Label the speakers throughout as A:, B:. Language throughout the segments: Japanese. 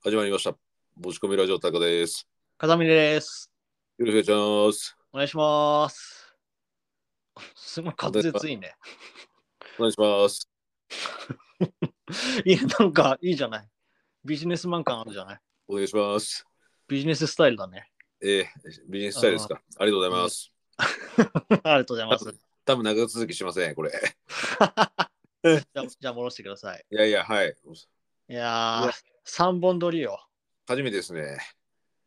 A: 始まりました。持ち込みラジオタカです。
B: 風見です。
A: よろしくお願いします。
B: お願いします。すごい滑舌いいね。
A: お願いします。
B: いや、なんかいいじゃない。ビジネスマン感あるじゃない。
A: お願いします。
B: ビジネススタイルだね。
A: えー、ビジネススタイルですか。ありがとうございます。
B: ありがとうございます。
A: 多分長続きしません、これ。
B: じゃあじゃあ戻してください。
A: いやいや、はい。
B: いや
A: い
B: ー
A: や、
B: 3本撮りよ。
A: 初めてですね。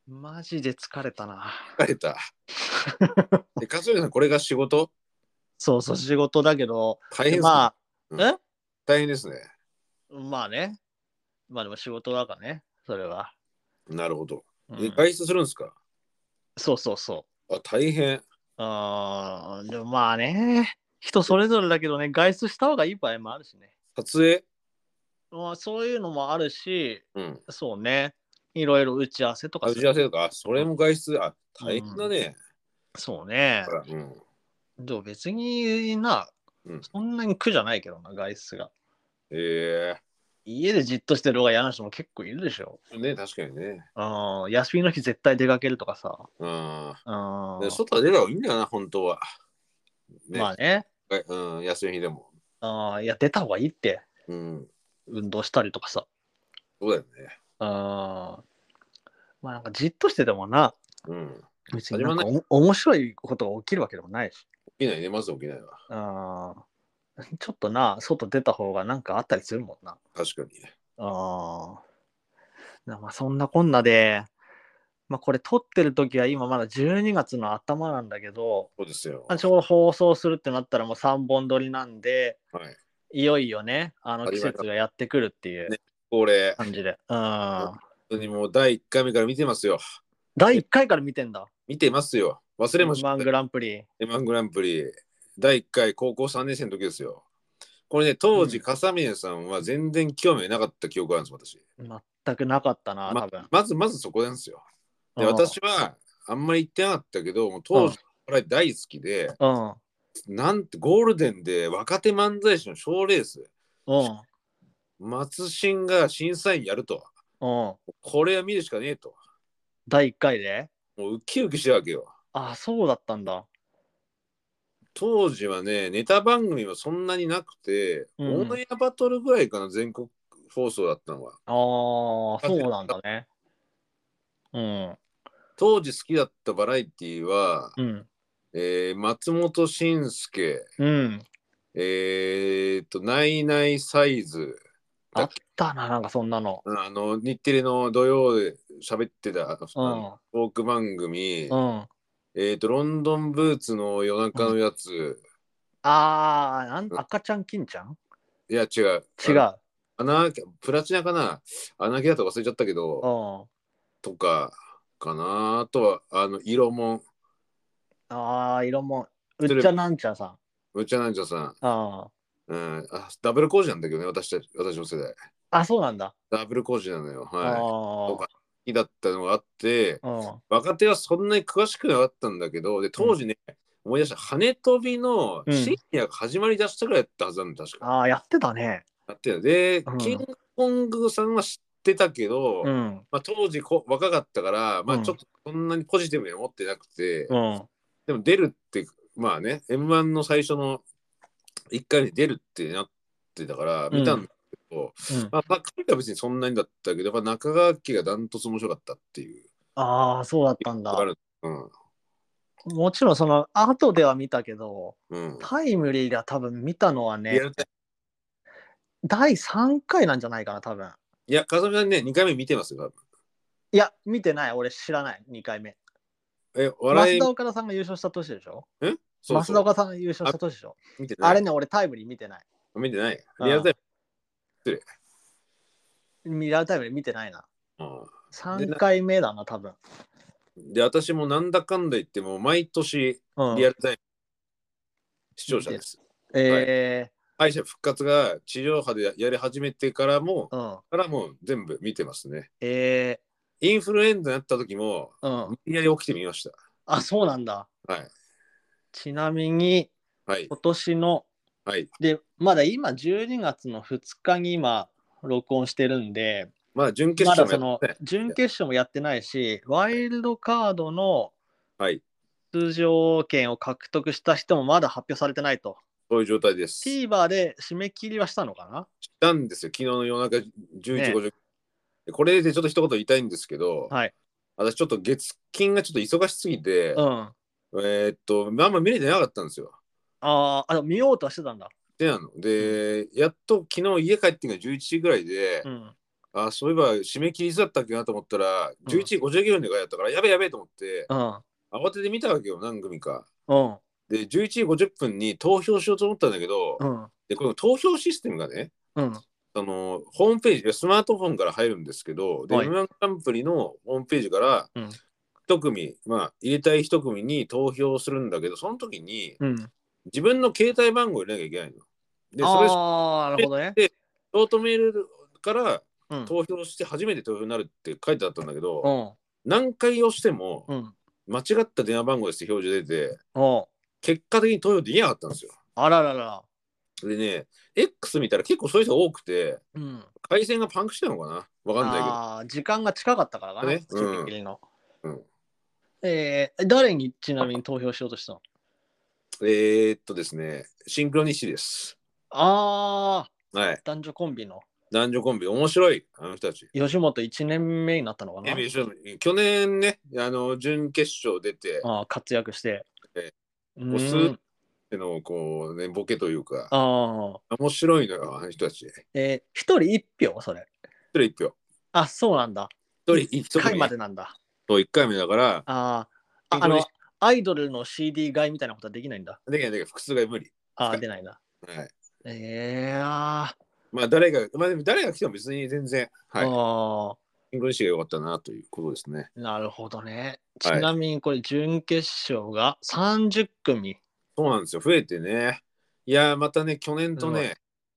B: マジで疲れたな。
A: 疲れ た。え、勝浦さん、これが仕事
B: そうそう、仕事だけど、
A: 大変ですね。
B: ま
A: うん
B: あ、
A: 大変ですね。
B: えまあね。まあでも仕事だからね、それは。
A: なるほど。
B: うん
A: え外出するんですか
B: そうそうそう。
A: あ、大変。
B: あーでもまあね、人それぞれだけどね、外出した方がいい場合もあるしね。
A: 撮影
B: まあ、そういうのもあるし、
A: うん。
B: そうね、いろいろ打ち合わせとか
A: 打ち
B: す
A: 合
B: る
A: わせとか、あそれも外出。あ、大変だね。
B: そうね
A: ほ。らうん。
B: でも別にな、
A: うん
B: そんなに苦じゃないけどな、外出が。
A: え
B: 家でじっとしてる方が嫌な人も結構いるでしょ。
A: ー、ね、確かにね。
B: うん、休みの日絶対出かけるとかさ。
A: うん。
B: うん
A: ね、外出ればいいんだよな、本当は。ね、
B: まあね、
A: えうん、休み日でも。
B: うん、いや、出た方がいいって、
A: うん、
B: 運動したりとかさ。
A: そうだよね。
B: うん、まあなんかじっとしててもな、
A: うん。
B: 別になんかお面白いことが起きるわけでもないし。
A: 起きないね、まず起きないわ。
B: あー ちょっとな、外出た方がなんかあったりするもんな。
A: 確かに。
B: あーなまあそんなこんなで、まあ、これ撮ってる時は今まだ12月の頭なんだけど、
A: そうですよ。
B: まあちょうど放送するってなったらもう3本撮りなんで、
A: はい。
B: いよいよね、あの季節がやってくるっていう
A: ねこれ、
B: 感じで。うん。
A: 本当にもう第1回目から見てますよ。
B: 第1回から見てんだ。
A: 見てますよ。忘れもし
B: マ
A: ま
B: ン
A: し
B: グ
A: た。
B: ランプリ。
A: M1 グランプリ、第1回、高校3年生の時ですよ。これね、当時、
B: うん
A: 笠宮さんは全然興味なかった記憶があるんです、私。
B: 全くなかったな、多分。
A: まずまずそこなんですよ。で、
B: うん
A: 私は、あんまり行ってなかったけど、もう当時、これ大好きで、
B: うん。
A: なんてゴールデンで若手漫才師の賞レース
B: うん。
A: 松新が審査員やると
B: うん。
A: これは見るしかねえと
B: 第1回で
A: もうウキウキしてるわけよ
B: あそうだったんだ。
A: 当時はねネタ番組もそんなになくて、
B: うん
A: オンエアバトルぐらいかな全国放送だったのは
B: ああ、そうなんだね。うん。
A: 当時好きだったバラエティは、
B: うん。
A: えー松本慎介
B: うん。
A: えー、っとナイナイサイズ
B: あったな、なんかそんなの。
A: あの日テレの土曜で喋ってたあの
B: うん。
A: トーク番組、
B: うん。
A: えっ、と、ロンドンブーツの夜中のやつ、
B: あーなん、赤ちゃん金ちゃん
A: いや違う。
B: 違う。
A: アナーキプラチナかなアナーキだと忘れちゃったけど、
B: うん。
A: とかかな。あとは、あの、色もん、
B: ああ、色も。うっちゃなんちゃんさん。
A: むっちゃなんちゃさん、
B: あ
A: うんあ、ダブル工事なんだけどね、私たち、私の世代。
B: あ、そうなんだ。
A: ダブル工事なのよ。
B: あ
A: はい。好
B: あ
A: とかきだったのがあって、
B: ー
A: 若手はそんなに詳しくなかったんだけど、で、当時ね、思い出した、羽飛びの
B: うん
A: 深夜が始まりだしたぐらいだったはずなんだ、確か。
B: あーやってたね。
A: あってよで、
B: うん
A: キングコングさんは知ってたけど、
B: うん。
A: まあ、当時こ若かったから、まあ、
B: うん
A: ちょっとそんなにポジティブに思ってなくて、
B: うん。
A: でも出るってまあね m 1の最初の1回目に出るってなってたから
B: うん
A: 見たんだけど、まあ、まあ彼は別にそんなにだったけどやっぱ中川家がダントツ面白かったっていう
B: ああ、そうだったん
A: あ
B: だ。
A: るうん
B: もちろん、その、後では見たけど、
A: うん
B: タイムリーが多分見たのはい
A: や
B: ね、第3回なんじゃないかな、多分。
A: いや風見さんね2回目見てますよ多分
B: いや、見てない、俺知らない、2回目。
A: え笑い
B: 増田岡田さんが優勝した年でしょ
A: そう
B: 増
A: そ
B: 田
A: う
B: 岡田さんが優勝した年でしょ
A: 見てない
B: あれね、俺タイムリー見てない。
A: 見てない
B: うん
A: リアルタイ
B: ミラータイムリー見てないな。
A: ムうん
B: 3回目だな、多分。
A: で私もなんだかんだ言ってもう毎年
B: うん、
A: リアルタイム視聴者です
B: え
A: 敗者復活が地上波でややり始めてからも、
B: ー、うん。
A: からもう全部見てますね。
B: え
A: インフルエンザになった時も、
B: ー、うん。
A: 無理やり起きてみました。
B: あ、そうなんだ。
A: はい。
B: ちなみに、
A: はい。
B: 今年の、
A: はい。
B: で、まだ今、12月の2日に今、録音してるんで、
A: まあ、準決
B: まだ
A: 勝
B: そ
A: もや
B: の
A: ってない
B: 準決勝もやってないし、ワイルドカードの
A: はい、
B: 出場権を獲得した人もまだ発表されてないと。
A: そういう状態です。し
B: TVer で締め切りはしたのかな
A: たんですよ、昨日の夜中11時
B: ね
A: 50、これでちょっと一言言いたいんですけど、
B: はい
A: 私ちょっと月金がちょっと忙しすぎて、
B: うん。あ
A: えーっと、まあんま見れてなかったんですよ。
B: あ、あでも見ようとはしてたんだ。
A: でなので、やっと昨日家帰ってんのが11時ぐらいで、
B: うん。
A: あそういえば締め切りいつだったっけなと思ったら、
B: ん
A: 11時54でやったから、やべやべと思って、
B: うん。
A: 慌てて見たわけよ、何組か。
B: うん。
A: で、11時50分に投票しようと思ったんだけど、
B: うん。
A: でこの投票システムがね、
B: うん。
A: あのホームページ、スマートフォンから入るんですけど、で、
B: はい
A: M1 グランプリのホームページから
B: うん、
A: 一組、まあ、入れたい一組に投票するんだけど、その時に
B: うん。
A: 自分の携帯番号を入れなきゃいけないの。で、それ、シ
B: ああ、なるほどね。
A: ョートメールから
B: うん。
A: 投票して初めて投票になるって書いてあったんだけど、
B: うん。
A: 何回押しても
B: うん。
A: 間違った電話番号ですって表示出て、
B: おう
A: 結果的に投票できなかったんですよ。
B: あららら。
A: でね、X 見たら結構そういう人が多くて、
B: うん。
A: 回線がパンクしてたのかなわかんないけど。
B: ああー、時間が近かったからかな、
A: ねうん
B: 締め切りの。
A: うん
B: えー誰にちなみに投票しようとしたの
A: えー、っとですね、シンクロニシティです。
B: ああ、
A: はい。
B: 男女コンビの
A: 男女コンビ、面白い、あの人たち。
B: 吉本1年目になったのかな、
A: え一緒に去年ね、あの準決勝出て、
B: あー活躍して。
A: え
B: う
A: こうス
B: ー
A: ーッ
B: ん
A: てのこう、ね、ボケというか、
B: ああ、
A: 面白いのよ、あの人たち。一
B: えー、一人一票それ。
A: 人一票。
B: あ、そうなんだ。
A: 一人一組
B: 回までなんだ。
A: そう一回目だから、
B: あーあ、
A: シ
B: あ
A: ンクロ
B: の
A: にし、
B: アイドルの CD 買いみたいなことはできないんだ。
A: できないできない複数が無理。
B: あ
A: は
B: あ、
A: い
B: 出ないな。
A: はい。
B: えー、あ
A: まあ、誰が、まあ、でも誰が来ても別に全然、
B: ー、
A: はい。
B: あー
A: シンクロニシティが良かったなということですね。
B: なるほどね。ち
A: はい
B: なみにこれ準決勝が30組。
A: そうなんですよ、増えてね。いやー、またね、去年とね、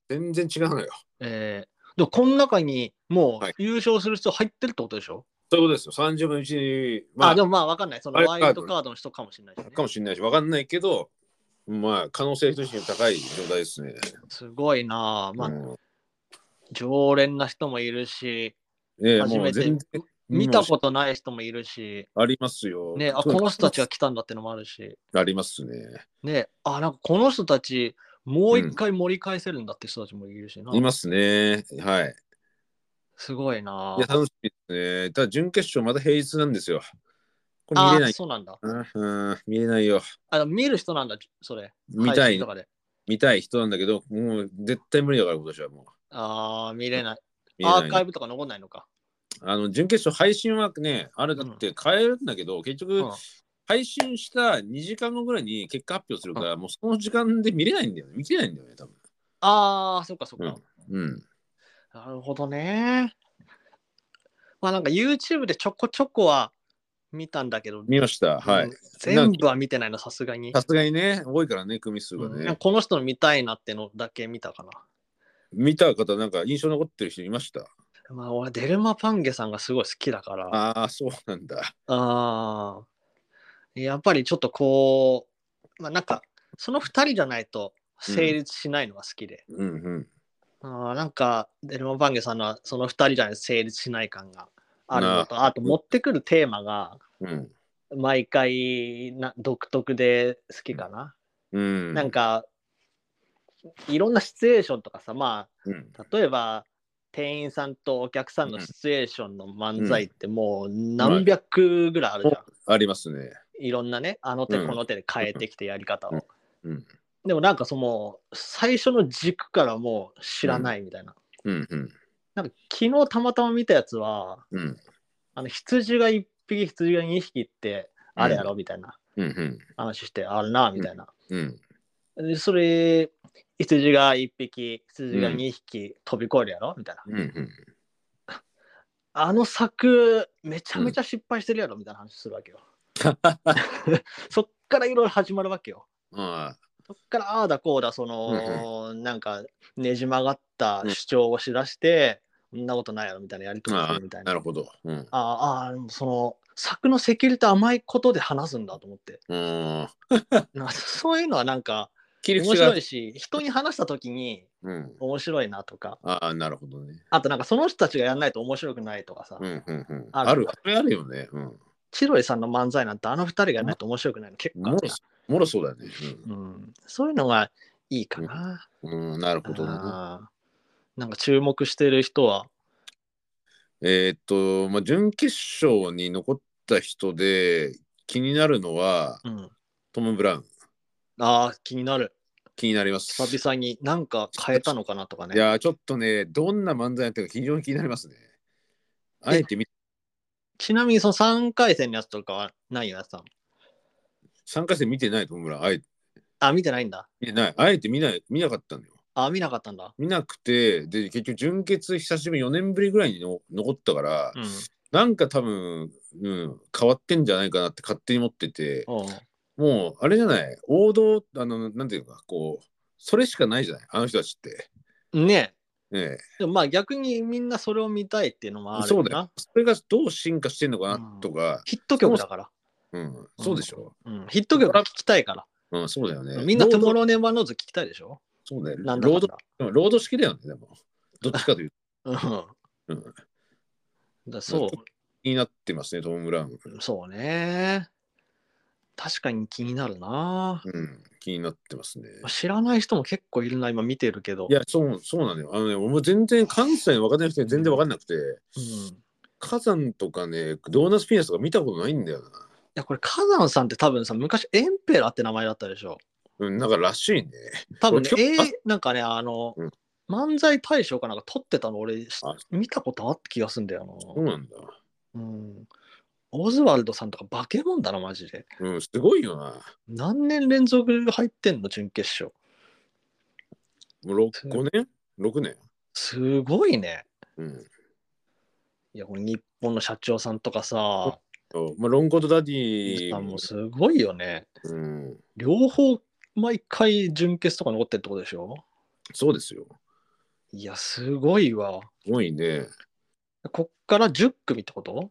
A: 全然違うのよ。
B: えー、でもこの中にも
A: はいう
B: 優勝する人入ってるってことでしょ、
A: そういうことですよ、30分の1に、
B: あ、でもまあわかんない。その
A: あれ
B: ワイルドカードの人かもしれないし、ね
A: か。もしれないし、わかんないけど、まあ、可能性として高い状態ですね。
B: すごいなあまあ、
A: うん
B: 常連な人もいるし、
A: ねえ
B: 初
A: もう
B: めて
A: 全然
B: 見た
A: も
B: ことない人もいるし、
A: うありますよ。
B: ね、あ
A: そう
B: この人たちが来たんだってのもあるし、
A: ありますね。
B: ね、あなんかこの人たち、もう一回盛り返せるんだって人たちもいるしな。
A: いますね。はい。
B: すごいない
A: や、楽しみですね。ただ、準決勝また平日なんですよ。これ見
B: あ
A: れな
B: あ、
A: い。
B: そうなんだ。
A: うんうん、見れないよ。
B: あ見る人なんだ、それ。
A: 見たい
B: 配信と、かで。
A: 見たい人なんだけど、もう絶対無理だから、今年はもう。
B: ああ、見れない。
A: 見れ
B: ア
A: ない
B: ーカイブとか残んないのか。
A: あの準決勝配信はね、あれだって変えるんだけど、結
B: う
A: 局、
B: ん
A: 配信した2時間後ぐらいに結果発表するから、もうその時間で見れないんだよね。見切れないんだよね、多分。
B: ああ、そっかそっか。
A: うん。
B: なるほどね。まあなんか YouTube でちょこちょこは見たんだけど、
A: 見ました。はい
B: うん。全部は見てないの、さすがに
A: さ。すがにね、多いからね、組数が
B: うん
A: ね。
B: この人の見たいなってのだけ見たかな。
A: 見た方、なんか印象残ってる人いました。
B: まあ俺、デルマ・パンゲさんがすごい好きだから。あ
A: ああ、そうなんだ。
B: あー。やっぱりちょっとこう、まあなんか、その二人じゃないと成立しないのが好きで。
A: うんうん。
B: あーなんかデルモ・バンゲさんのはその2人じゃないと成立しない感があるのとあと持ってくるテーマが
A: うん。
B: 毎回な独特で好きかな、
A: うん。
B: なんかいろんなシチュエーションとかさま
A: うん、
B: あ例えば店員さんとお客さんのシチュエーションの漫才ってもう何百ぐらいあるじゃん、
A: ありますね。
B: いろんなねあの手
A: うん
B: この手で変えてきてやり方を、
A: うん。
B: でもなんかその最初の軸からもう知らないみたいな、
A: うんうん。
B: なんか昨日たまたま見たやつは
A: うん。
B: あの羊が1匹羊が2匹ってあれやろみたいな
A: うんうん。
B: 話して、あるなみたいな、
A: うん。
B: でそれ羊が1匹羊が2匹、飛び越えるやろみたいな
A: うんうん。
B: あの作めちゃめちゃ失敗してるやろみたいな話する わけよ、 そっからいろいろ始まるわけよ
A: ああ。
B: そっからああだこうだその、なんかねじ曲がった主張をしだして、そんなことないやろみたいなやりとりするみたいな
A: なるほど。うん。
B: あーあーでもその作のセキュリティ甘いことで話すんだと思って
A: うん。
B: なんかそういうのはなんか
A: 切り
B: 面
A: 口
B: 白
A: が
B: い。し人に話した時に
A: うん。
B: 面白いなとか
A: ああ、なるほどね。
B: あとなんかその人たちがやらないと面白くないとかさ、
A: うんうんうん。
B: ある
A: ある、あれあるよね。うん。
B: 千鳥さんの漫才なんてあの二人がやらないと面白くないの結構あ
A: も
B: る
A: ろそ、もろそうだね。
B: うん、そういうのがいいかな。
A: うん。うん、なるほどね。
B: あーなんか注目してる人は、
A: えーっと、まあ、準決勝に残った人で気になるのは
B: うん、
A: トム・ブラウン。
B: ああ気になる
A: 気になります。
B: 久々になんか変えたのかなとかね
A: いやー、ちょっとね、どんな漫才やってるか非常に気になりますね。あえて見
B: ちなみにその3回戦のやつとかはないよやつさん
A: 参加して見てないトム・ブラウン。あえて
B: あ見てないんだ
A: 見てない。あえて見ない、見なかったのよ。
B: あ見なかったんだ
A: 見なくて、で、結局、準決久しぶり4年ぶりぐらいにの残ったから、
B: うん
A: なんか多分、うん、変わってんじゃないかなって勝手に思ってて、
B: おう
A: もう、あれじゃない、王道、あの、なんていうか、こう、それしかないじゃない、あの人たちって。
B: ね
A: ねえ
B: えでもまあ逆にみんなそれを見たいっていうのもあるよ
A: そ
B: な
A: うだよ。それがどう進化してんのかなとか、
B: ヒット曲だから、
A: うん、そうでしょ。
B: うん、ヒット曲聴きたいから、
A: うん、そうだよね。
B: みんな「トゥモ
A: ロ
B: ローネバーノーズ」聴きたいでしょ
A: そうだよ。
B: なんだ
A: ロー
B: かん
A: ド
B: だ、
A: うんロード式だよね、でも。どっちかというと。
B: う
A: うんん、
B: だそう
A: になってますね、トム・ブラウン。
B: そうね。確かに気になるな。
A: うん、気になってますね。
B: 知らない人も結構いるな、今見てるけど。
A: いや、そう、そうなのよ。あのね、俺も全然関西の若手の人に全然わかんなくて、
B: うん、い
A: 火山とかね、ドーナツピアスとか見たことないんだよな。
B: や、これ、火山さんって多分さ、昔、エンペラーって名前だったでしょ。
A: うん、なんからしいね。
B: 多分ね、
A: 俺
B: え
A: 今日
B: ーなんかね、あの、
A: うん
B: 漫才大賞かなんか撮ってたの俺、し
A: あ
B: 見たことあった気がすんだよ
A: そうな
B: な。
A: んだ。
B: うん。オズワルドさんとか化け物だな、マジで。
A: うん、すごいよな。
B: 何年連続入ってんの、準決勝。
A: もう6 5年 ?6 年。
B: すごいね。
A: うん。
B: いや、これ日本の社長さんとかさ、
A: そうまあ、ロンコートダディ
B: さんもすごいよね。
A: うん、
B: 両方毎回準決とか残ってるってことでしょ
A: そうですよ。
B: いやすごいわ
A: すごいね。
B: こっから10組ってこと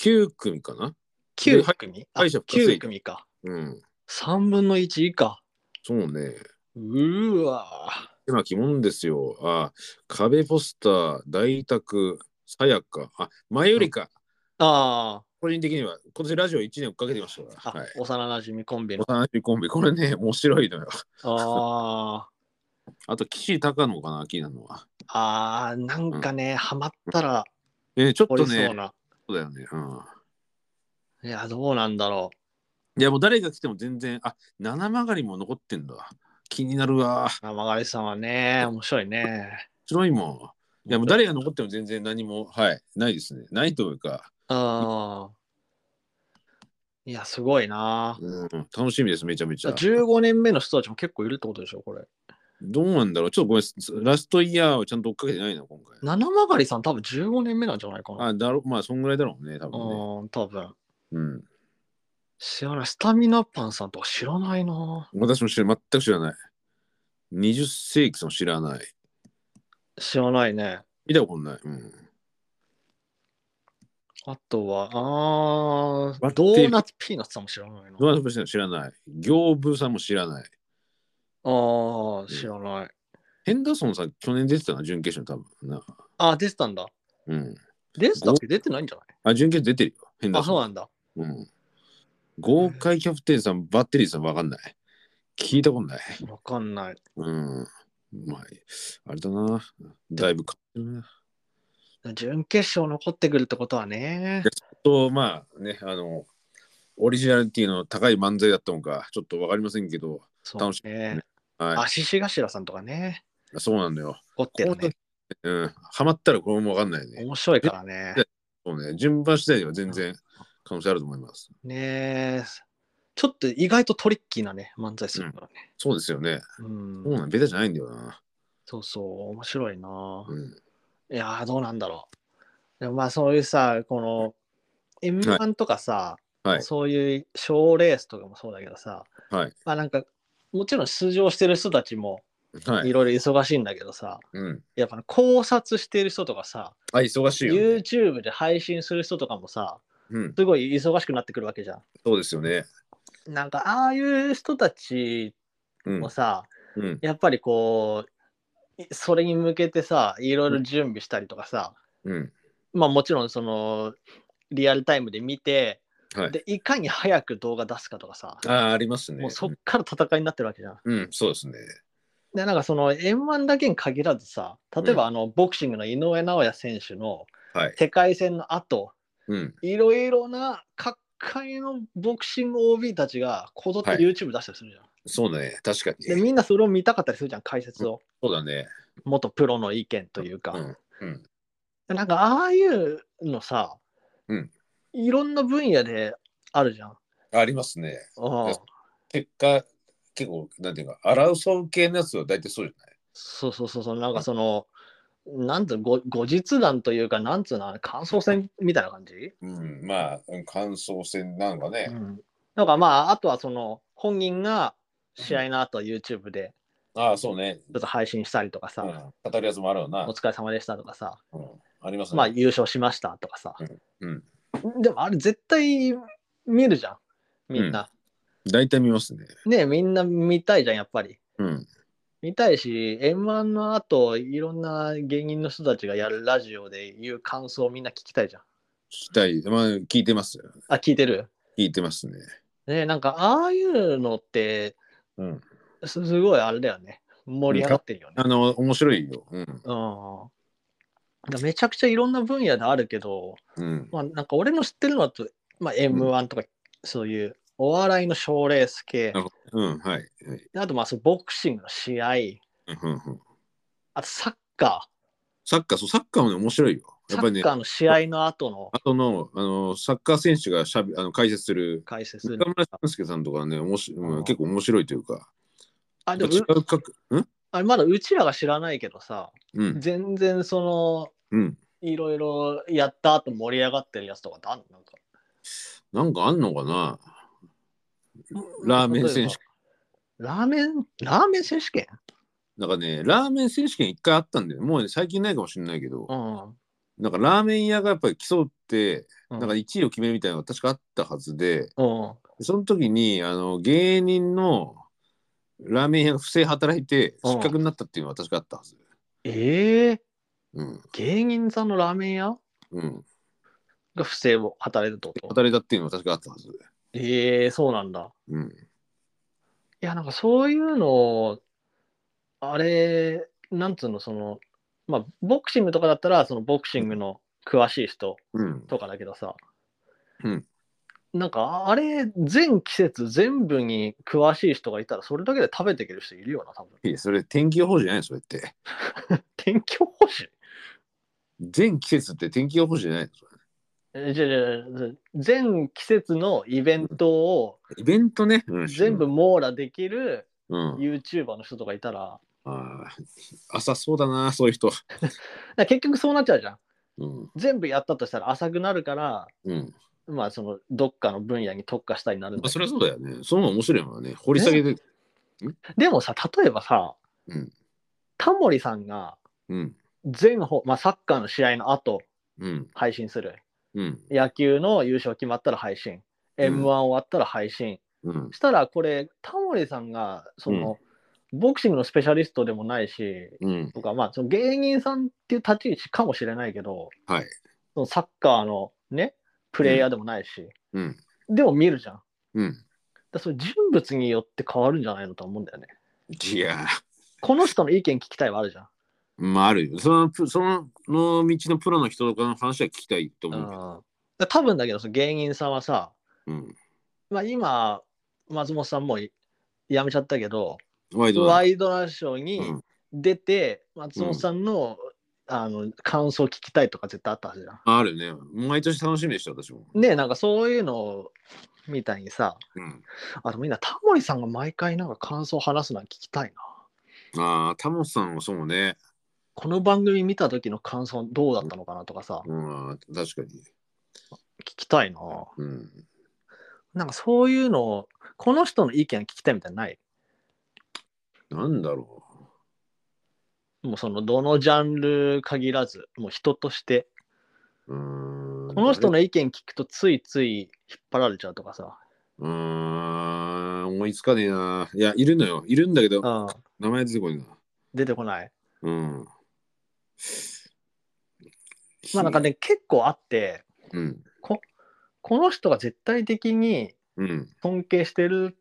A: 9組かな
B: ?9 組あ
A: 敗者復活
B: 9組か
A: うん。
B: 3分の1以下
A: そうね。
B: うーわ
A: 手巻きもんですよ。あ、壁ポスター、大宅、さやか。あ、前よりか。
B: あ
A: 個人的には、今年ラジオ1年追っかけてました
B: ーあ、
A: から。はい。
B: 幼馴染コンビの
A: 幼馴染コンビ、これね、面白いのよ。
B: あー
A: あと、岸高野かな、気になるのは。
B: あーなんかね、ハマったら
A: えーちょっ
B: 掘り
A: と
B: そう
A: ね、
B: な、
A: そうだよね。うん。
B: いやどうなんだろ
A: いや、もう誰が来ても全然、あ、七曲りも残ってんだ。気になるわ。
B: う生がりさんはね面白いね
A: 白いもん。いや、もう誰が残っても全然何も、はい、ないですね。ないというか、
B: あーいやすごいな
A: うん、楽しみです、めちゃめちゃ。
B: 15年目の人たちも結構いるってことでしょこれ
A: どうなんだろうちょっとごめんす、ラストイヤーをちゃんと追っかけてないな、今回。
B: 七曲りさん多分15年目なんじゃないかな。
A: あ、だろ、まあ、そんぐらいだろうね、多
B: う
A: 分ね。
B: ん、多分。
A: うん。
B: 知らない。スタミナパンさんとか知らないな。
A: 私も知らない、全く知らない。20世紀さんも知らない。
B: 知らないね。
A: 見たことない。うん。
B: あとは、あー
A: 割
B: ド
A: って
B: ーナツピーナッツさんも知らないな。
A: ドアナプさんも知らない。行部さんも知らない。
B: あー、知らない。
A: ヘンダーソンさん、去年出てたな、準決勝多分な。
B: あー、出てたんだ。
A: うん。
B: 出てたっけ出てないんじゃな
A: あ、準決出てるよ。ヘン
B: い
A: ダ
B: あ、
A: ーソ
B: そ
A: ン。
B: うなんだ。
A: うん。豪快キャプテンさん、バッテリーさんわかんない。聞いたことない。
B: わかんない。
A: うん。まあ、あれだな。だいぶか。
B: 準決勝残ってくるってことはね。
A: と、まあね、あの、オリジナリティの高い漫才だったのか、ちょっとわかりませんけど、
B: そう
A: 楽し
B: ね。
A: は
B: あ、獅子頭さんとかね。
A: い。そうなんだよ。
B: 残ってる
A: こう
B: ね。
A: うん。ハマったらこれもわかんないね。
B: 面白いからね。
A: そうね。順番次第では全然可能性あると思います。
B: ねえ。ちょっと意外とトリッキーなね、漫才するからね。
A: そうですよね。
B: うん
A: そうなん、ベタじゃないんだよな。
B: そうそう、面白いな。
A: うん。
B: いやー、どうなんだろう。でもまあ、そういうさ、この、M1 とかさ、
A: はい
B: そういう賞レースとかもそうだけどさ、
A: はい
B: まあなんか、もちろん出場してる人たちも
A: はいい。
B: ろいろ忙しいんだけどさ、
A: うん。
B: やっぱ考察してる人とかさ、
A: あ、忙しいよ、ね。
B: YouTube で配信する人とかもさ、
A: うん。
B: すごい忙しくなってくるわけじゃん。
A: そうですよね。
B: なんか、ああいう人たち
A: うん
B: もさ、
A: うん
B: やっぱりこういそれに向けてさいろいろ準備したりとかさ、
A: うん
B: まあもちろんそのリアルタイムで見て、
A: はい
B: でいかに早く動画出すかとかさ、
A: ああありますね
B: もうそっから戦いになってるわけじゃん。
A: うんそうですね
B: でなんかその M1 だけに限らずさ例え
A: う
B: ばあのボクシングの井上尚弥選手の
A: はい
B: 世界戦の後、
A: うん
B: いろいろな各界のボクシング OB たちがこぞって
A: はい
B: YouTube 出したりするじゃん。
A: そうね確かに
B: でみんなそれを見たかったりするじゃん解説を、
A: そうだね
B: 元プロの意見というか、
A: うんうん
B: でなんかああいうのさ、
A: うん
B: いろんな分野であるじゃん。
A: ありますね
B: うん
A: 結果結構なんていうか争う系のやつは大体そうじゃない
B: そうそうそうそうなんかその、なんつうご後日談というかなんつうのあれ感想戦みたいな感じ、
A: うんまあうん感想戦なのかね、
B: うん、なんかまああとはその本人が試合の後 YouTube で
A: ああそうね、
B: ちょっと配信したりとかさ、
A: うん、語るやつもあるよな
B: お、疲れ様でしたとかさ、
A: うん、ありますね、
B: まあ優勝しましたとかさ、
A: うん、
B: でもあれ絶対見るじゃんみんな、
A: 大体見ますね
B: ねみんな見たいじゃんやっぱり
A: うん
B: 見たいし m 1の後いろんな芸人の人たちがやるラジオで言う感想をみんな聞きたいじゃん
A: 聞きたいまあ聞いてます
B: あ聞いてる
A: 聞いてますね
B: ねなんかああいうのって
A: うん
B: すすごいあれだよね盛り上がってるよね
A: あの面白いようん
B: うん、めちゃくちゃいろんな分野であるけど、
A: うん
B: まあ、なんか俺の知ってるのだと、まあ、m 1とかそういうお笑いの賞ーレース系
A: なるうんはいはい
B: であとまあそのボクシングの試合
A: うんうんうん
B: あとサッカ
A: サッカーそうサッカーもね面白いよ
B: ー
A: やっ
B: サ
A: ぱりね
B: ッカーの試合の後の
A: 後のあのサッカー選手がしゃべあの解説する
B: 解説
A: 中村俊輔さんとかねおもし、う、
B: うんん
A: 結構面白いというか
B: あでも
A: 違うかうん
B: あれまだうちらが知らないけどさ
A: うん
B: 全然その
A: うん
B: いろいろやった後盛り上がってるやつとかってあるのなんか
A: なんかあんのかなラーメン選手
B: ラーメンラーメン選手権
A: なんかねラーメン選手権一回あったんだよもうね、最近ないかもしれないけど、
B: うん
A: なんかラーメン屋がやっぱり競って、
B: うん
A: なんか1位を決めるみたいなのが確かあったはずで
B: うん
A: その時にあの芸人のラーメン屋が不正働いて
B: うん
A: 失格になったっていうのは確かあったはず
B: ええ
A: うん
B: 芸人さんのラーメン屋
A: うん
B: が不正を働いたってこと
A: 働いたっていうのは確かあったはず
B: ええそうなんだ。
A: うん
B: いや、なんかそういうのを、あれ、なんつうの、その、まあ、ボクシングとかだったら、そのボクシングの詳しい人
A: うん
B: とかだけどさ、
A: うん
B: なんかあれ、全季節全部に詳しい人がいたら、それだけで食べていける人いるよな、多分。
A: いやそれ天気予報じゃないのそれって
B: 天気予報士
A: 全季節って天気予報じゃないのそれ
B: えじゃあじゃあじゃあ全季節のイベントを
A: イベントね、うん
B: 全部、網羅できる
A: うん、
B: YouTuber の人とかいたら、
A: あー浅そうだなそういう人
B: だから結局そうなっちゃうじゃん。
A: うん
B: 全部やったとしたら浅くなるから、
A: うん
B: まあそのどっかの分野に特化したりなるん
A: まあ
B: だけ
A: そ
B: ど
A: れはそうだよねその方が面白いもんね掘り下げて
B: でもさ、例えばさ、
A: うん
B: タモリさんが
A: うん
B: 全方、まあサッカーの試合の後
A: うん
B: 配信する。
A: うん
B: 野球の優勝決まったら配信。
A: うん
B: M1 終わったら配信。
A: うん
B: したらこれ、タモリさんがその、ボクシングのスペシャリストでもないし、
A: うん
B: とか、まあその芸人さんっていう立ち位置かもしれないけど、
A: はい
B: そのサッカーのね、プレイヤーでもないし、
A: うん
B: でも見るじゃん。
A: うん
B: だからそれ人物によって変わるんじゃないのとは思うんだよね。
A: いや
B: この人の意見聞きたいはあるじゃん。
A: まああるよそのプそのの道のプロの人とかの話は聞きたいと
B: う
A: 思うけど
B: ん、だ多分だけどその芸人さんはさ、
A: うん
B: まあ、今松本さんもい辞めちゃったけど、
A: ワイドだ
B: ワイドナショーに
A: うん
B: 出て、松本さんの,、あの感想聞きたいとか絶対あったはずじゃん。
A: あるね毎年楽しみでした私も
B: ねえなんかそういうのみたいにさ
A: うん
B: あとみんなタモリさんが毎回なんか感想を話すのは聞きたいな
A: ああタモさんはそうね
B: この番組見た時の感想どうだったのかなとかさ
A: うん確かに
B: 聞きたいな
A: うん
B: なんかそういうのをこの人の意見聞きたいみたいなのない
A: なんだろう
B: もうそのどのジャンル限らずもう人として
A: うーん
B: この人の意見聞くとついつい引っ張られちゃうとかさ
A: うーんあー思いつかねえな。いや、いるのよ。いるんだけど、
B: うん。
A: 名前出てこないな。
B: 出てこない。
A: うん。
B: まあなんかね、結構あって、
A: うん。
B: この人が絶対的に
A: うん。
B: 尊敬してる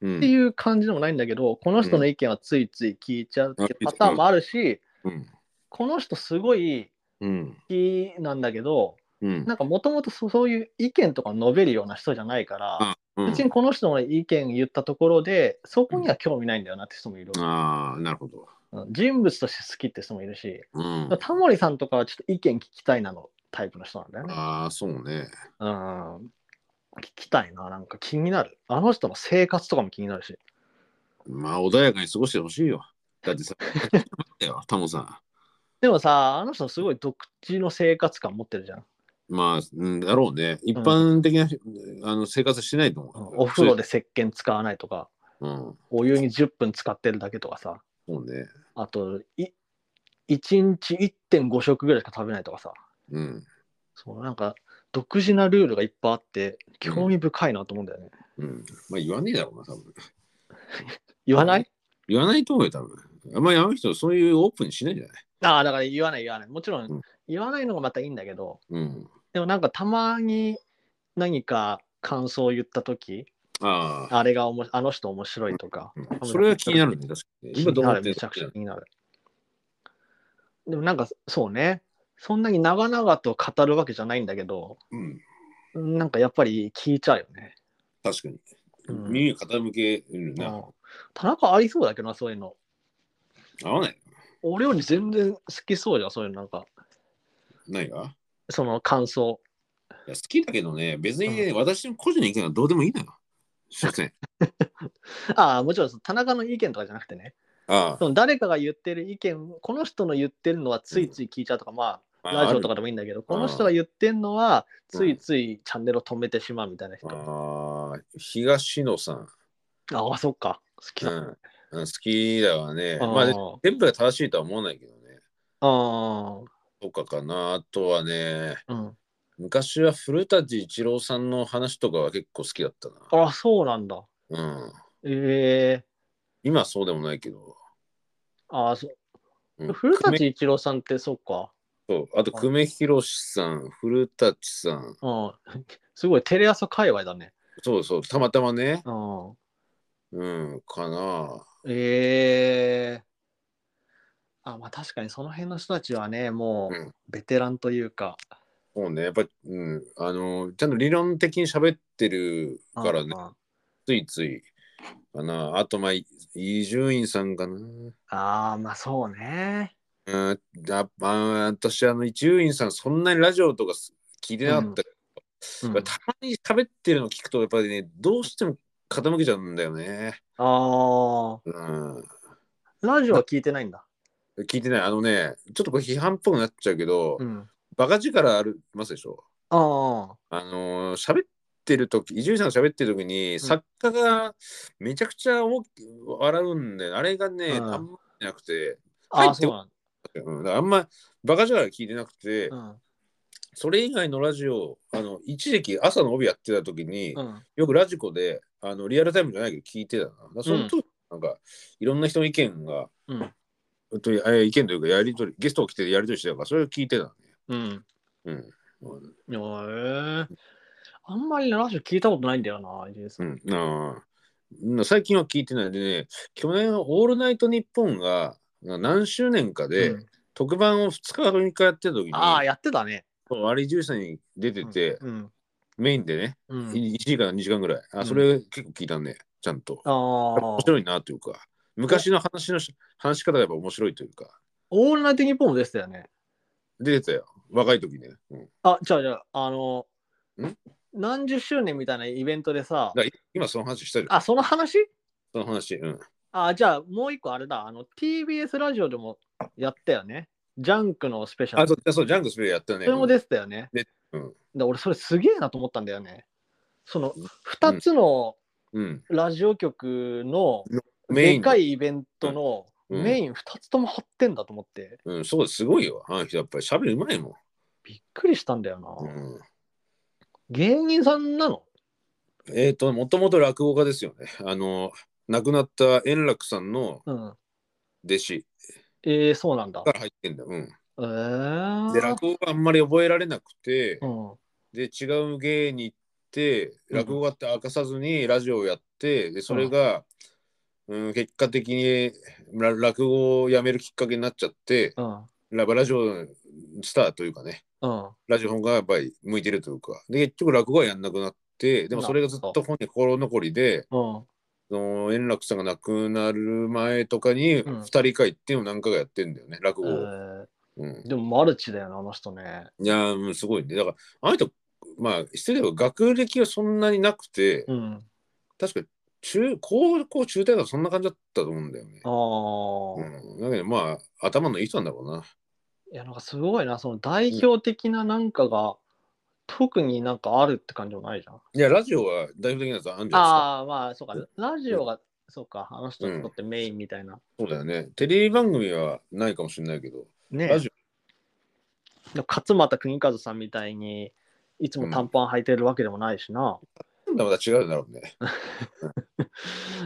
A: う
B: って
A: ん。
B: いう感じでもないんだけど、この人の意見はついつい聞いちゃうっていうパターンもあるし、
A: うん。
B: この人すごい
A: うん。
B: 好きなんだけど、
A: うん。
B: なんかもともとそういう意見とか述べるような人じゃないから、
A: うん
B: 別にこの人の意見言ったところで、そこには興味ないんだよなって人もいる。
A: ああ、なるほど。
B: うん人物として好きって人もいるし、
A: うん。
B: タモリさんとかはちょっと意見聞きたいなのタイプの人なんだよね。
A: ああ、そうね。
B: うん。聞きたいな、なんか気になる。あの人の生活とかも気になるし。
A: まあ、穏やかに過ごしてほしいよ。だってさ、 だよタモさん。
B: でもさ、あの人すごい独自の生活感持ってるじゃん。
A: まあ、うんだろうね。一般的な、あの生活してないと思う。
B: お風呂で石鹸使わないとか、
A: うん。
B: お湯に10分使ってるだけとかさ、
A: そうね。
B: あと、い1日1.5食ぐらいしか食べないとかさ、
A: うん。
B: そうなんか独自なルールがいっぱいあって、興味深いなと思うんだよね。
A: うん。まあ、言わねえだろうな、多分。
B: 言わない
A: 言わないと思うよ、多分。あんまりあの人、そういうオープンにしないんじゃない
B: ああ、だから言わない言わない。もちろ
A: うん
B: ん言わないのがまたいいんだけど、
A: うん。
B: でもなんかたまに何か感想を言った時
A: ああ。
B: あれがおもあの人面白いとか、
A: うんそれは気になるね、確かに。今どう
B: 気に
A: なっ
B: なる
A: て
B: め
A: る
B: ちゃくちゃ気になるでもなんかそうねそんなに長々と語るわけじゃないんだけど
A: うん。
B: なんかやっぱり聞いちゃうよね、
A: 確かに。
B: うん
A: 耳傾ける
B: うん
A: な。
B: 田中ありそうだけどなそういうの
A: 合わない。
B: 俺より全然好きそうじゃんそういうのなんか
A: ないか
B: その感想
A: いや好きだけどね、別にね、私の個人の意見はどうでもいいのよ。所詮。
B: ああもちろんその田中の意見とかじゃなくてね
A: あ
B: その誰かが言ってる意見この人の言ってるのはついつい聞いちゃうとか、まあ
A: あ。
B: ラジオとか
A: で
B: でもいいんだけど、この人が言ってんのは、ついついチャンネルを止めてしまうみたいな人。
A: ああ、東野さん。
B: ああ、そっか。好き
A: う
B: だ。
A: ん。うん好きだわね。
B: あ
A: まあ、
B: ー
A: 全部が正しいとは思わないけどね。
B: あ
A: とかかな。あとはね、
B: ー、うん。
A: 昔は古舘一郎さんの話とかは結構好きだった
B: ああ、そうなんだ。
A: な。うん。
B: ええ
A: 今はそうでもないけど。
B: ああ、そ
A: うん
B: 古舘一郎さんって、そっか。
A: そうあと、久米宏さん、古舘さん、
B: うん。 すごい、テレ朝界隈だね。
A: そうそう、たまたまね、
B: うん。
A: うん、かな。
B: ええあ、まあ確かにその辺の人たちはね、も
A: うん
B: うベテランというか。
A: そうね、やっぱり、うん、あの、ちゃんと理論的に喋ってるからね、
B: あ
A: ついつい、かな。あと、まあ、い伊集院さんかな。
B: あー、まあそうね。
A: うん、だまあ、私、あの、伊集院さん、そんなにラジオとか聞いてなかったけ
B: う
A: ど、
B: ん
A: やっぱたまに喋ってるの聞くと、やっぱりね、どうしても傾けちゃうんだよね。
B: あ
A: うん。
B: あ、ラジオは聞いてないんだ。
A: 聞いてない。あのね、ちょっとこれ批判っぽくなっちゃうけど、
B: うん。
A: バカ力ありますでしょ。
B: ああ、
A: あのー喋ってる時伊集院さんが喋ってる時に作家がめちゃくちゃ大き笑うんで、あれがね、
B: うん
A: あんまりなくて、
B: あ
A: 入
B: あ、
A: って
B: そう
A: こ
B: なん
A: うん、だからあんまバカ力聞いてなくて、
B: だ。
A: それ以外のラジオあの一時期朝の帯やってた時に、
B: うん。うん。
A: よくラジコであのリアルタイムじゃないけど聞いてたな。だからその時、なんかいろんな人の意見が、
B: うん。
A: うんとえ意見というかやりとりゲストを来てやりとりしてたからそれを聞いてたね。
B: うん。
A: うんうん
B: いやえあんまりラジオ聞いたことないんだよな、イギリス。
A: うん、ああ最近は聞いてないでね去年は「オールナイトニッポン」がな何周年かで、
B: うん
A: 特番を2日か3日やってた時に
B: ああ、やってたね。
A: そうあれ重視に出てて、
B: うん。
A: メインでね、
B: うん。うん
A: 1時間2時間ぐらいあ
B: うん
A: それ結構聞いたねちゃんと、
B: ああ
A: 面、白いなというか昔の話のし話し方がやっぱ面白いというか
B: オールナイトニッポンもでしたよね。
A: 出てたよ若い時ね、うん、
B: あ、じゃあじゃあ、あの
A: ん、
B: 何十周年みたいなイベントでさ、
A: だ今その話したじゃん
B: あ、その話
A: その話うん
B: あ、じゃあもう一個あれだ、あの、TBS ラジオでもやったよね。ジャンクのスペシャ
A: あ
B: ル。そ
A: そうそうジャンクスペルやったね
B: れも出てたよね。
A: でうん
B: だ俺、それすげえなと思ったんだよね。その
A: うん、
B: 二つの、
A: うん、
B: ラジオ局の
A: メイ
B: で
A: ン
B: かいイベントの
A: うん
B: メイン2つとも張ってんだと思って
A: うん、そうですすごいよあの人やっぱり喋るうまいもん
B: びっくりしたんだよな、
A: うん
B: 芸人さんなの
A: えっ、と、もともと落語家ですよね。あの、亡くなった円楽さんの
B: うん。
A: 弟子
B: ええそうなんだ。
A: から入ってんだ。う
B: ええ
A: ん。で、落語があんまり覚えられなくて、
B: うん。
A: で、違う芸に行って、
B: うん
A: 落語家って明かさずにラジオをやって、で、それが、うん、結果的にら落語をやめるきっかけになっちゃって、
B: うん。
A: ララジオスターというかね、
B: うん。
A: ラジオ本がやっぱり向いてるというか、で、結局落語はやんなくなって、でもそれがずっと本に心残りで、
B: うん。
A: その円楽さんが亡くなる前とかに
B: うん
A: 2人会っていうのを何回かやってんだよね、落
B: え
A: 語を、
B: ー
A: うん。
B: でもマルチだよな、あの人ね。
A: いやー、うんすごいね。だから、あの人、まあ、失礼だけど、学歴はそんなになくて、
B: うん。
A: 確か中、高校、中大学そんな感じだったと思うんだよね。
B: あ
A: う
B: あ、
A: ん、だけど、まあ、頭のいい人なんだろうな。
B: いや、なんかすごいな、その代表的ななんかが、特になんかあるって感じもないじゃん。
A: いや、ラジオは代表的なやつあるんじゃない
B: ああ、まあ、そうか、ラジオが、そうか、あの人にとってメインみたい
A: で
B: な。
A: すか。そうだよね。テレビ番組はないかもしれないけど、
B: ね
A: ラジ
B: でも勝俣邦和さんみたいに、いつも短パン履いてるわけでもないしな。
A: オなんだまた違うんだろうね。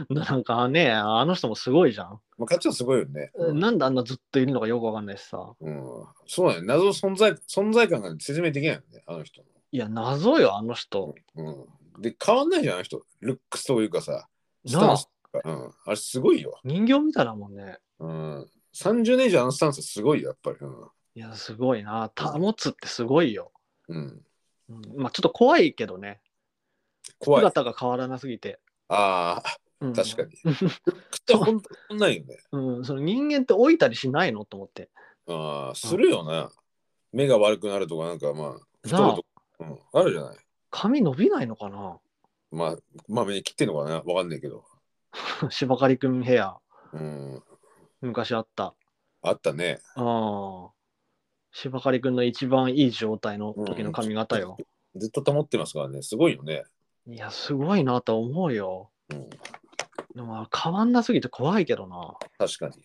B: なんかね、あの人もすごいじゃん。
A: まあ、価値はすごいよね。うん
B: なんであんなずっといるのかよくわかんないしさ。
A: うん、そうだね。謎の存在存在感が説明できないよね、あの人
B: いや、謎よ、あの人。
A: の。うん、で、変わんないじゃん、あの人。ルックスというかさ、スタ
B: な
A: ン
B: あ
A: スとか。うん、あれすごいよ、
B: 人形みたいなもんね。
A: うん。30年以上あのスタンスすごいよ、やっぱり。う
B: いや、すごいな。保つってすごいよ。
A: ん。うん、
B: うん、まあ、ちょっと怖いけどね。
A: 怖い。あ
B: 姿が変わらなすぎて。
A: あ
B: うん、
A: ー、確かに。ルックスって本当に変わんないよね。
B: うん、その人間って老いたりしないのと思って。
A: ああ、するよな。目が悪くなるとか、なんかまあ、太る
B: なあ
A: とか、うん、あるじゃない。
B: 髪伸びないのかな
A: まあ、まあ、目切ってんのかな、わかんないけど。
B: 芝刈りくんヘア、
A: うん、
B: 昔あった。
A: あったね。
B: ああ。芝刈りくんの一番いい状態の時の髪型よ。
A: ずっと保ってますからね、すごいよね。
B: いや、すごいなと思うよ。
A: うん、
B: でも変わんなすぎて怖いけどな。
A: 確かに。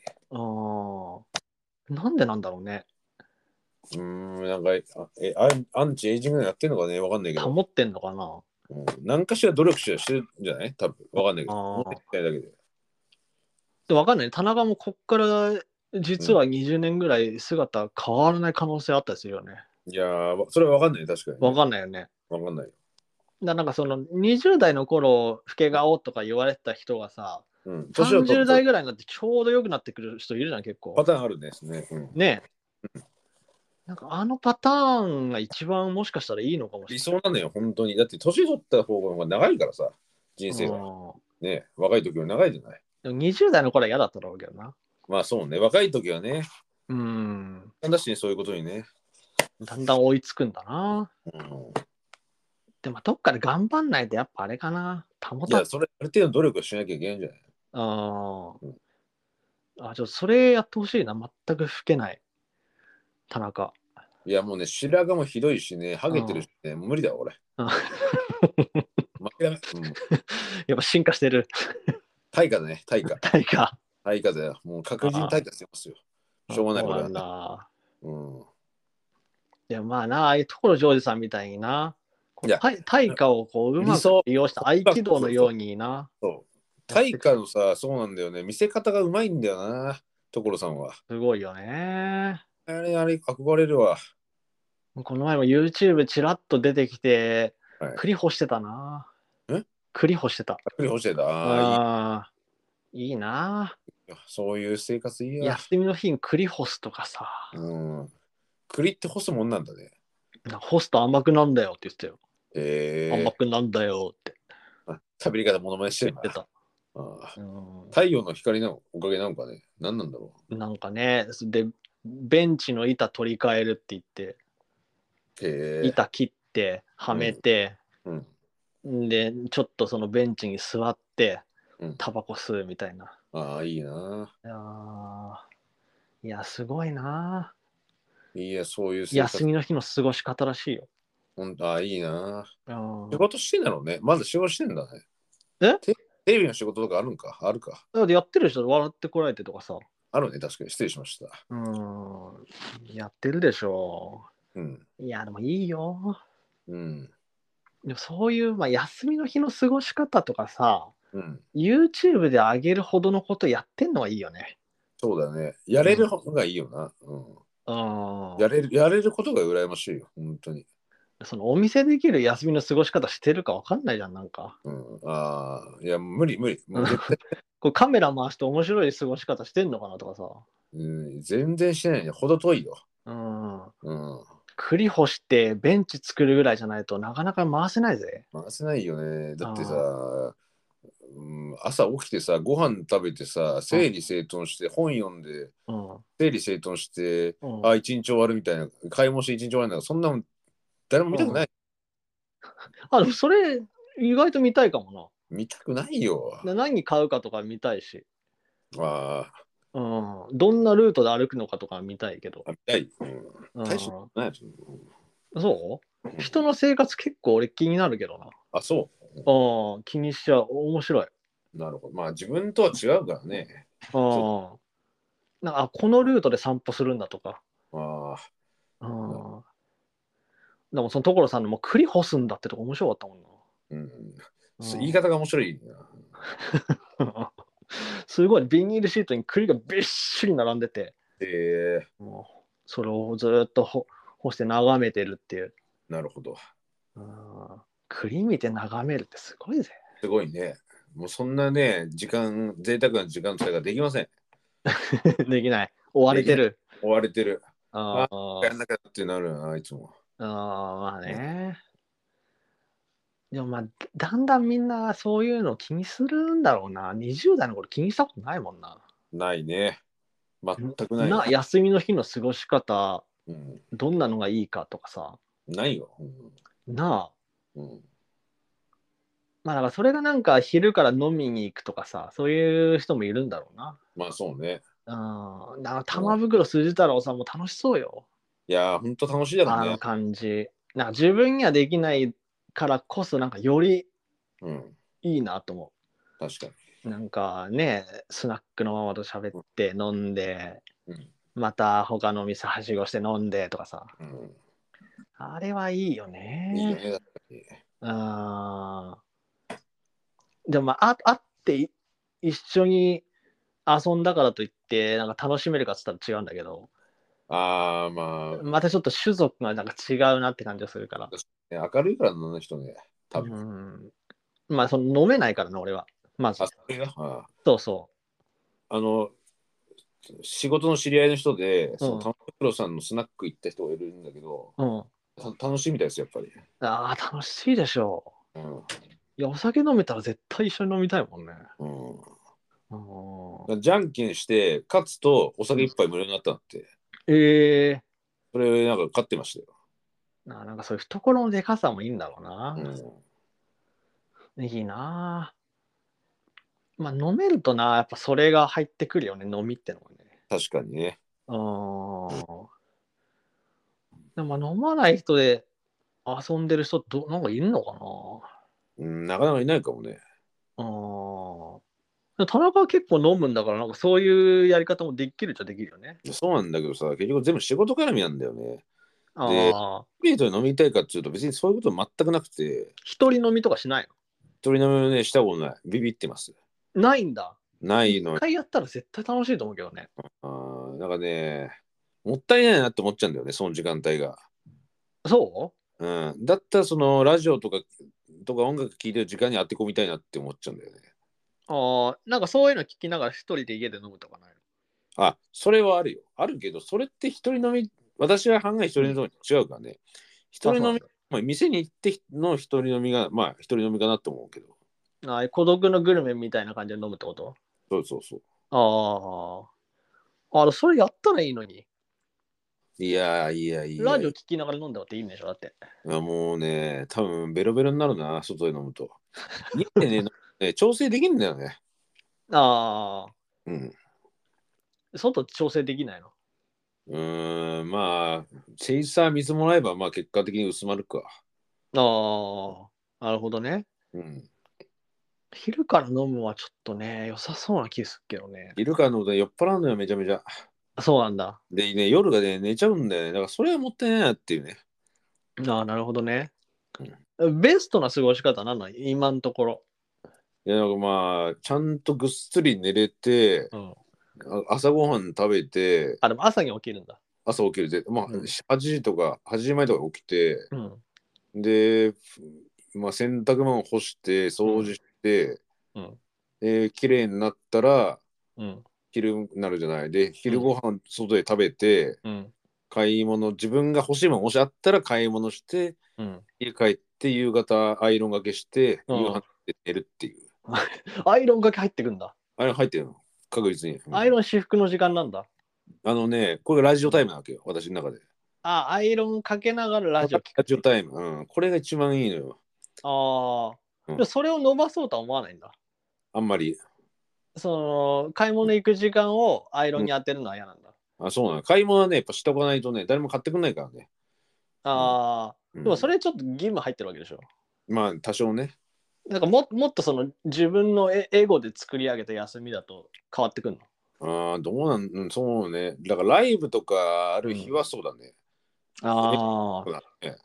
B: うん。なんでなんだろうね。
A: うーん、なんか、あえアンアンチエイジングやってんのかね、わかんないけど、
B: 保ってんのかな
A: うん、何かしら努力してしてるんじゃない多分わかんないけど、
B: あー
A: もう一回だけで。
B: で、わかんない。田中もこっから、実は20年ぐらい姿変わらない可能性あったりするよね。
A: いやー、わそれはわかんない、確かに。
B: わかんないよね。
A: わかんないよ。
B: だなんかその20代の頃、老け顔とか言われてた人がさ、
A: うん、年を取
B: 30
A: る
B: 代
A: と
B: ぐらいになってちょうど良くなってくる人いるじゃん、結
A: パ
B: 構。
A: ターンあるんですね。うん、
B: ねえ。なんかあのパターンが一番もしかしたらいいのかもしれ
A: 理
B: ない。
A: 想なのよ、本当に。だって、年取った方が長いからさ、人生が。
B: うん
A: ね、若い時は長いじゃない。
B: でも20代の頃は嫌だったろうけどな。
A: まあそうね、若い時はね、
B: うん。
A: なんだしにそういうことにね。
B: だんだん追いつくんだな。
A: うん、
B: でもどっかで頑張んないとやっぱあれかな。保
A: い
B: た
A: や、それ、ある程度の努力をしなきゃいけないんじゃない
B: あー
A: うん
B: あ、ちょっとそれやってほしいな。全く老けない。田中。
A: いや、もうね、白髪もひどいしね、ハゲてるしね、無理だよ、俺。
B: うん
A: 負けだめ。うん
B: やっぱ進化してる。
A: 対価だね、対価。
B: 大化。
A: 対価だよ。もう確実に対価してますよ。 しょうがないこ
B: そ
A: れは
B: なん
A: ね。
B: だ。
A: うん。
B: いや、まあな、ああいうところ、ジョージさんみたいにな。こ
A: いや
B: う対対価をこう、うま
A: 理
B: く
A: 想
B: 利用した合気道のようにな。
A: そう。対価のさ、そうなんだよね。見せ方がうまいんだよな、所さんは。
B: すごいよね。
A: あれ、あれ、憧れるわ。
B: この前も YouTube ちらっと出てきて
A: はい、
B: 栗干してたな。
A: え
B: 栗干して
A: た
B: た。
A: っぷり欲してた。ああ、
B: ああー。いいな。
A: いいよ。そういう生活いいや。
B: 休みの日に栗干すとかさ、
A: うん。栗って干すもんなんだね。
B: なんか干すと甘くなんだよって言ってたよ。
A: ええ
B: 甘くなんだよって
A: あ食べり方ものまねして
B: 言
A: る
B: っ
A: な
B: てた。
A: ああ
B: うん
A: 太陽の光のおかげなのかね。何なんだろ
B: なんかね、で、ベンチの板取り替えるって言って、
A: う。へえ。
B: 板切って、はめて、
A: うん。
B: で、ちょっとそのベンチに座って
A: うん、
B: タバコ吸うみたいな。
A: ああ、いいな。
B: いやーいや、すごいない
A: や、そういう生
B: 休
A: 活。
B: みの日の過ごし方らしいよ。
A: ほんとああ、いいな。
B: うん
A: 仕事してんだろうね。まだ仕事してんだね。
B: え
A: テテレビの仕事とかあるんかあるか。
B: だってやってる人笑ってこられてとかさ、
A: あるね、確かに。失礼しました。
B: うん、やってるでしょ。
A: うん。
B: いや、でもいいよ。
A: うん。
B: でもそういう、まあ、休みの日の過ごし方とかさ、
A: うん。
B: YouTube で上げるほどのことやってんのはいいよね。
A: そうだね。やれる方がいいよな。う
B: う
A: ん。
B: ん
A: やれる、やれることが羨ましいよ。本当に。
B: そのお店できる休みの過ごし方してるか分かんないじゃん、なんか。
A: うん。ああ、いや、無理、無理。もう絶対
B: こうカメラ回して面白い過ごし方してんのかなとかさ。
A: うん、全然してないね。ほど遠いよ。
B: うん。
A: うん。
B: 栗干してベンチ作るぐらいじゃないとなかなか回せないぜ。
A: 回せないよね。だって
B: あ
A: さ、うん、朝起きてさ、ご飯食べてさ、整理整頓して、本読んで、
B: うん。う
A: 整理整頓して、
B: ん、
A: あ、一日終わるみたいな、買い物して一日終わるんだから、そんなの誰も見たくない。
B: あ、でもそれ意外と見たいかも
A: 見たくないよ。
B: な。な何買うかとか見たいし、
A: あ
B: うん。どんなルートで歩くのかとか見たいけど。
A: あ、見たい。うん
B: うん、
A: 大した
B: そ
A: ない。
B: う人の生活結構俺気になるけどな。
A: あ、そ
B: うん、気にしちゃう。面白い。
A: う。なるほど。まあ、自分とは違うからね。
B: うん。なんかあこのルートで散歩するんだとか。
A: ああ、
B: うん。でもその所さんのもう栗干すんだってとこ面白かったもんな。
A: うん。
B: うん
A: 言い方が面白いな。
B: すごいビニールシートに栗がびっしり並んでて
A: ええ
B: もうそれをずっとほ干して眺めてるっていう、
A: なるほど。
B: うん、栗見て眺めるってすごいぜ
A: すごいね。もうそんなね、時間、贅沢な時間使いができません。
B: できない追われてる
A: 追われてる。
B: あ
A: や
B: ー
A: んなきゃってなるよな、いつも。
B: あーまあねでもまあだんだんみんなそういうの気にするんだろうな20代の頃気にしたことないもんな
A: ないね。全くない。
B: な休みの日の過ごし方
A: うん、
B: どんなのがいいかとかさ
A: ないよ。
B: なあ
A: うんうん
B: まあだからそれがなんか昼から飲みに行くとかさ、そういう人もいるんだろうな。
A: まあそうね。
B: うん。だから玉袋筋太郎さんも楽しそうよ。
A: いやー、ほんと楽しいだろ
B: あ
A: う
B: の
A: ね。
B: 感じ。なんか自分にはできないからこそ、なんかより
A: うん、
B: いいなと思
A: 確か
B: う。なんかね、スナックのママと喋って飲んで、
A: に。
B: また他のお店はしごして飲んでとかさ。
A: うん、う
B: あれはいいよ
A: ん、いい
B: ね。
A: ね。
B: うん。でもまあ、あ会ってい一緒に遊んだからといって、なんか楽しめるかっつったら違うんだけど、
A: ああ、ま
B: またちょっと種族がなんか違うなって感じがするから。
A: あ、ね明るいからな、あの人ね。多分。
B: うん。まあ、その飲めないからな、俺は。まず
A: あ、。それがあ
B: そうそ
A: あの、仕事の知り合いの人で、その
B: うん
A: 玉袋さんのスナック行った人がいるんだけど、
B: う。うん。
A: た楽しいみたいですよ、やっぱり。
B: ああ、楽しいでしょ
A: うん
B: う。いや、お酒飲めたら絶対一緒に飲みたいもんね。
A: うん
B: うん、
A: じゃんけんして、勝つとお酒一杯無料になったんだって。
B: ええ
A: それ、なんか勝ってましたよ。
B: ななんかそういう懐のでかさもいいんだろうな。いいなぁまあ飲めるとな、やっぱそれが入ってくるよね、飲みってのはね。
A: 確かにね。
B: うーん。でもまあ飲まない人で遊んでる人ど、なんかいるのか
A: うん、なかなかいないかもね。
B: なうーん。田中は結構飲むんだから、なんかそういうやり方もできるっちゃできるよね。
A: そうなんだけどさ、結局全部仕事絡みなんだよね。
B: あ
A: で
B: あ。
A: プレートで飲みたいかっていうと、別にそういうこと全くなくて、
B: 一人飲みとかしない
A: 取り飲みをね、したことない。ビビってます。
B: のないんだ。
A: ないの
B: 一
A: よ。
B: 回やったら絶対楽しいと思うけどね。
A: あーなんかね、もったいないなって思っちゃうんだよね、その時間帯が。
B: そ
A: うん、だったら、そのラジオとか、とか音楽聴いてる時間に当て込みたいなって思っちゃうんだよね。
B: うああ、なんかそういうの聞きながら一人で家で飲むとかない
A: あ、それはあるよ。あるけど、それって一人飲み、私は考え一人飲みと違うからね。一
B: の
A: 人飲み、まあ、店に行っての一人飲みが、まあ、一人飲みかなと思うけど。
B: ああ孤独のグルメみたいな感じで飲むってこと
A: そうそうそう。
B: ああ。あら、それやったらいいのに。
A: いやーいやいや。
B: ラジオ聞きながら飲んだっていいんでしょだって。
A: あもうね、多分ベロベロになるな、外で飲むと。家で ねなんかね、調整できるんだよね。
B: あ
A: うん。
B: あ。外調整できないの。
A: うーん、まあ、セイサー水もらえば、まあ、結果的に薄まるか。
B: ああ。なるほどね。
A: うん。
B: 昼から飲むはちょっとね、良さそうな気するけどね。
A: いるかので酔っ払うのよ、めちゃめちゃ。
B: そうなんだ。
A: でね、夜がね、寝ちゃうんだよね。だから、それはもったいないなっていうね。
B: ああ、なるほどね
A: うん。
B: ベストな過ごし方なの今のところ。
A: いやなんかまあちゃんとぐっすり寝れて
B: うん、
A: あ朝ごはん食べて
B: あ、でも朝に起きるんだ。
A: 朝起きるで、まあ、
B: うん
A: 8時とか8時前とか起きて
B: うん。
A: で、まあ、洗濯物干して掃除して、
B: うん
A: で綺麗になったら
B: うん。
A: 昼になるじゃないで昼ご飯外で食べて、
B: うん。
A: 買い物自分が欲しいものもしあったら買い物して
B: うん。
A: 家帰って夕方アイロンがけして夕
B: うん
A: 飯で寝るっていう、
B: アイロンかけ入ってくんだ。
A: アイロン入ってるの確実に、
B: アイロン私服の時間なんだ。
A: あのねこれがラジオタイムなわけよ私の中で
B: あ、アイロンかけながらラジオ聞く。
A: ラジオタイム、うん、これが一番いいのよ
B: ああ、
A: うん
B: でもそれを伸ばそうとは思わないんだ。
A: あんまり
B: その、買い物行く時間をアイロンに当てるのは嫌なんだ。
A: あそうなの買い物はねやっぱしとかないとね誰も買ってくんないからね、
B: ああ、
A: うん
B: でもそれちょっと義務入ってるわけでしょ。
A: まあ多少ね
B: なんかももっとその自分のエエゴで作り上げた休みだと変わってくるの。
A: あーどうなん、うん、そうねだからライブとかある日はそうだね、
B: あ
A: そうだね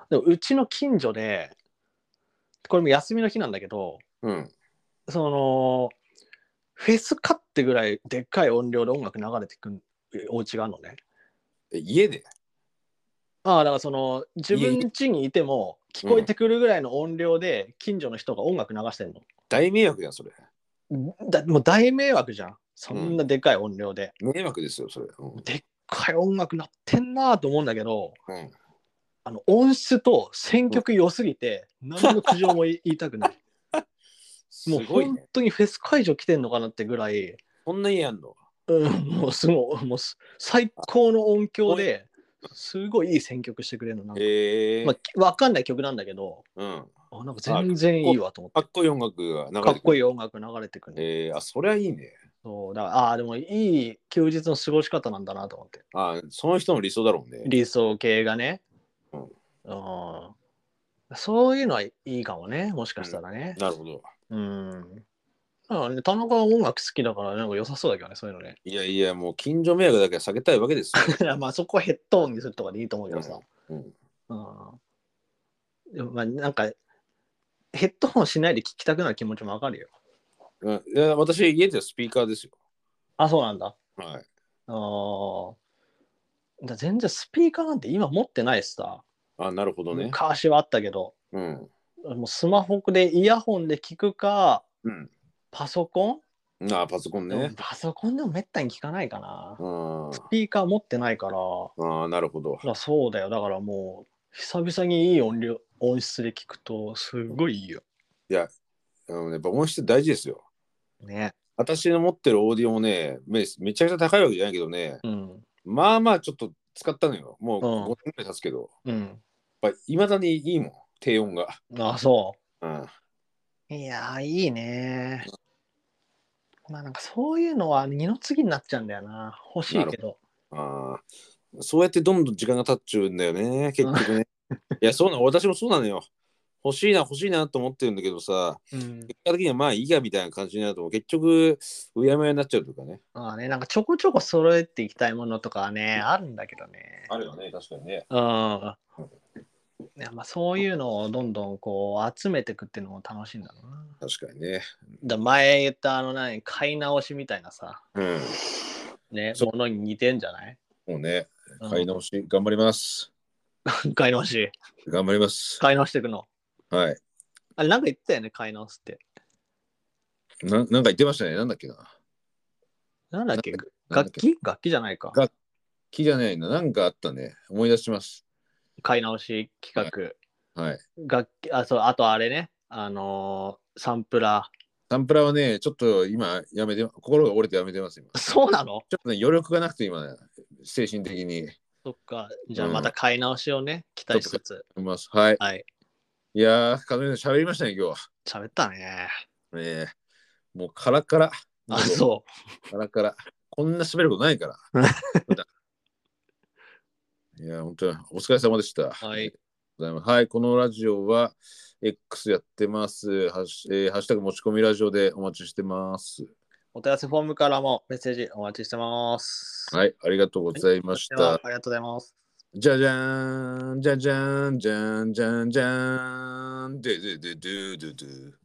B: あ。でもうちの近所で、これも休みの日なんだけど、
A: うん
B: その、フェスかってぐらいでっかい音量で音楽流れてくるお家があるのね。
A: え家で
B: ああ、だからその、自分家にいても聞こえてくるぐらいの音量で近所の人が音楽流してんの。
A: 大迷惑じゃんそれ
B: だもう大迷惑じゃん。そんなでっかい音量で。
A: 迷惑ですよそれうん
B: でっかい音楽なってんなと思うんだけど、
A: うん
B: あの音質と選曲良すぎて、何の苦情も言い言いたくない。もう
A: すごい
B: 本
A: ね。
B: 当にフェス会場来てんのかなってぐらい、
A: こんな家あんの
B: うん、もうすごい、もうす最高の音響で、すごいいい選曲してくれるのなんか、
A: へえ、
B: まあ、わかんない曲なんだけど、
A: うん。
B: あなんか全然いいわと思っ
A: かっこいい音楽が流れ
B: て、
A: て
B: かっこ
A: いい。
B: いい音楽流れてくる、
A: えー、あ、そりゃいいね。
B: そうだからああー、でもいい休日の過ごし方なんだなと思って。
A: あ、その人の理想だろうね。
B: 理想系がね、
A: うん
B: うんそういうのはいいかもねもしかしたらね
A: なるほど。
B: うん、だからね田中は音楽好きだからなんか良さそうだけどねそういうのね
A: いやいや、もう近所迷惑だけは避けたいわけです よ。
B: いやまあそこはヘッドオンにするとかでいいと思うけどさ、
A: うん
B: うんでもまあなんかヘッドホンしないで聞きたくなる気持ちもわかるよ
A: うん、いや私、家ではスピーカーですよ。
B: あそうなんだ
A: はい。
B: あーだから全然スピーカーなんて今持ってないしさ、
A: あ、なるほどね。
B: 昔はあったけど
A: うん。
B: もうスマホでイヤホンで聞くか
A: うん。
B: パソコ
A: なあ、パソコン
B: ン、
A: ね。
B: パソコンでもめったに聞かないかな。
A: うん。あ
B: スピーカー持ってないから、
A: ーなるほど
B: だ。からそうだよ。だからもう、久々にいい音量、音質で聞くと、すごいいいよ。
A: あのねやっぱ音質大事ですよ。
B: ね。
A: 私の持ってるオーディオもね、めめちゃくちゃ高いわけじゃないけどね、
B: うん。
A: まあまあちょっと使ったのよ。もう
B: うん
A: 5年ぐらい経つけど。
B: うん。
A: やっぱいまだにいいもん低音が、
B: あ、そ
A: うん、
B: う。いやー、いいね。まあなんかそういうのは二の次になっちゃうんだよな。欲しいけど。
A: あーそうやってどんどん時間が経っちゃうんだよね結局ねいやそうなの私もそうなのよ欲しいな欲しいなと思ってるんだけどさ
B: うん。
A: 結果的にはまあいいやみたいな感じになると結局うやむやになっちゃうというかね
B: まあね、なんかちょこちょこ揃えていきたいものとかはね、あるんだけどね。
A: あるよね確かにね
B: うん。いやまあそういうのをどんどんこう集めていくっていうのも楽しいんだろうな。
A: 確かにね
B: だ前言ったあの何買い直しみたいなさ、
A: うん
B: ね、
A: そう
B: ものに似てんじゃない、
A: もうね
B: うん
A: 買い直し頑張ります
B: 買い直し。
A: 頑張ります
B: 買い直していくの。
A: はい
B: あれなんか言ってたよね、買い直すって。
A: ななんか言ってましたねなんだっけな
B: なんだっけ
A: なんだなんだ
B: 楽
A: っけ
B: 器楽器じゃないか。
A: 楽木じゃないななんかあったね思い出します
B: 買い直し企画。
A: はい
B: 楽器、あ、そう、あとあれね。あのーサンプラ
A: サンプラーはね、ちょっと今、やめて、心が折れてやめてます、今。
B: ー。
A: ち
B: そうなの
A: ょっとね、余力がなくて、今、精神的に。
B: そっか。じゃあ
A: うん
B: また買い直しをね、期待しつつ。
A: います。はい。
B: はい。
A: いやー、かのさん、喋りましたね、今日は。
B: 喋ったね。
A: ねえもう、カラカラ。
B: あ、そ
A: カラカラ。こんな喋ることないから。 普段いやー、本当にお疲れ様でした。
B: う。はい。
A: ございます。はい、このラジオは X やってます。ハッシュえーハッシュタグ持ち込みラジオでお待ちしてます。
B: お問い合わせフォームからもメッセージお待ちしてます。
A: はい、ありがとうございまし
B: で
A: た
B: は。ありがとうございます。
A: じゃじゃーん、じゃじゃーん、じゃんじゃんじゃーん、でででででで。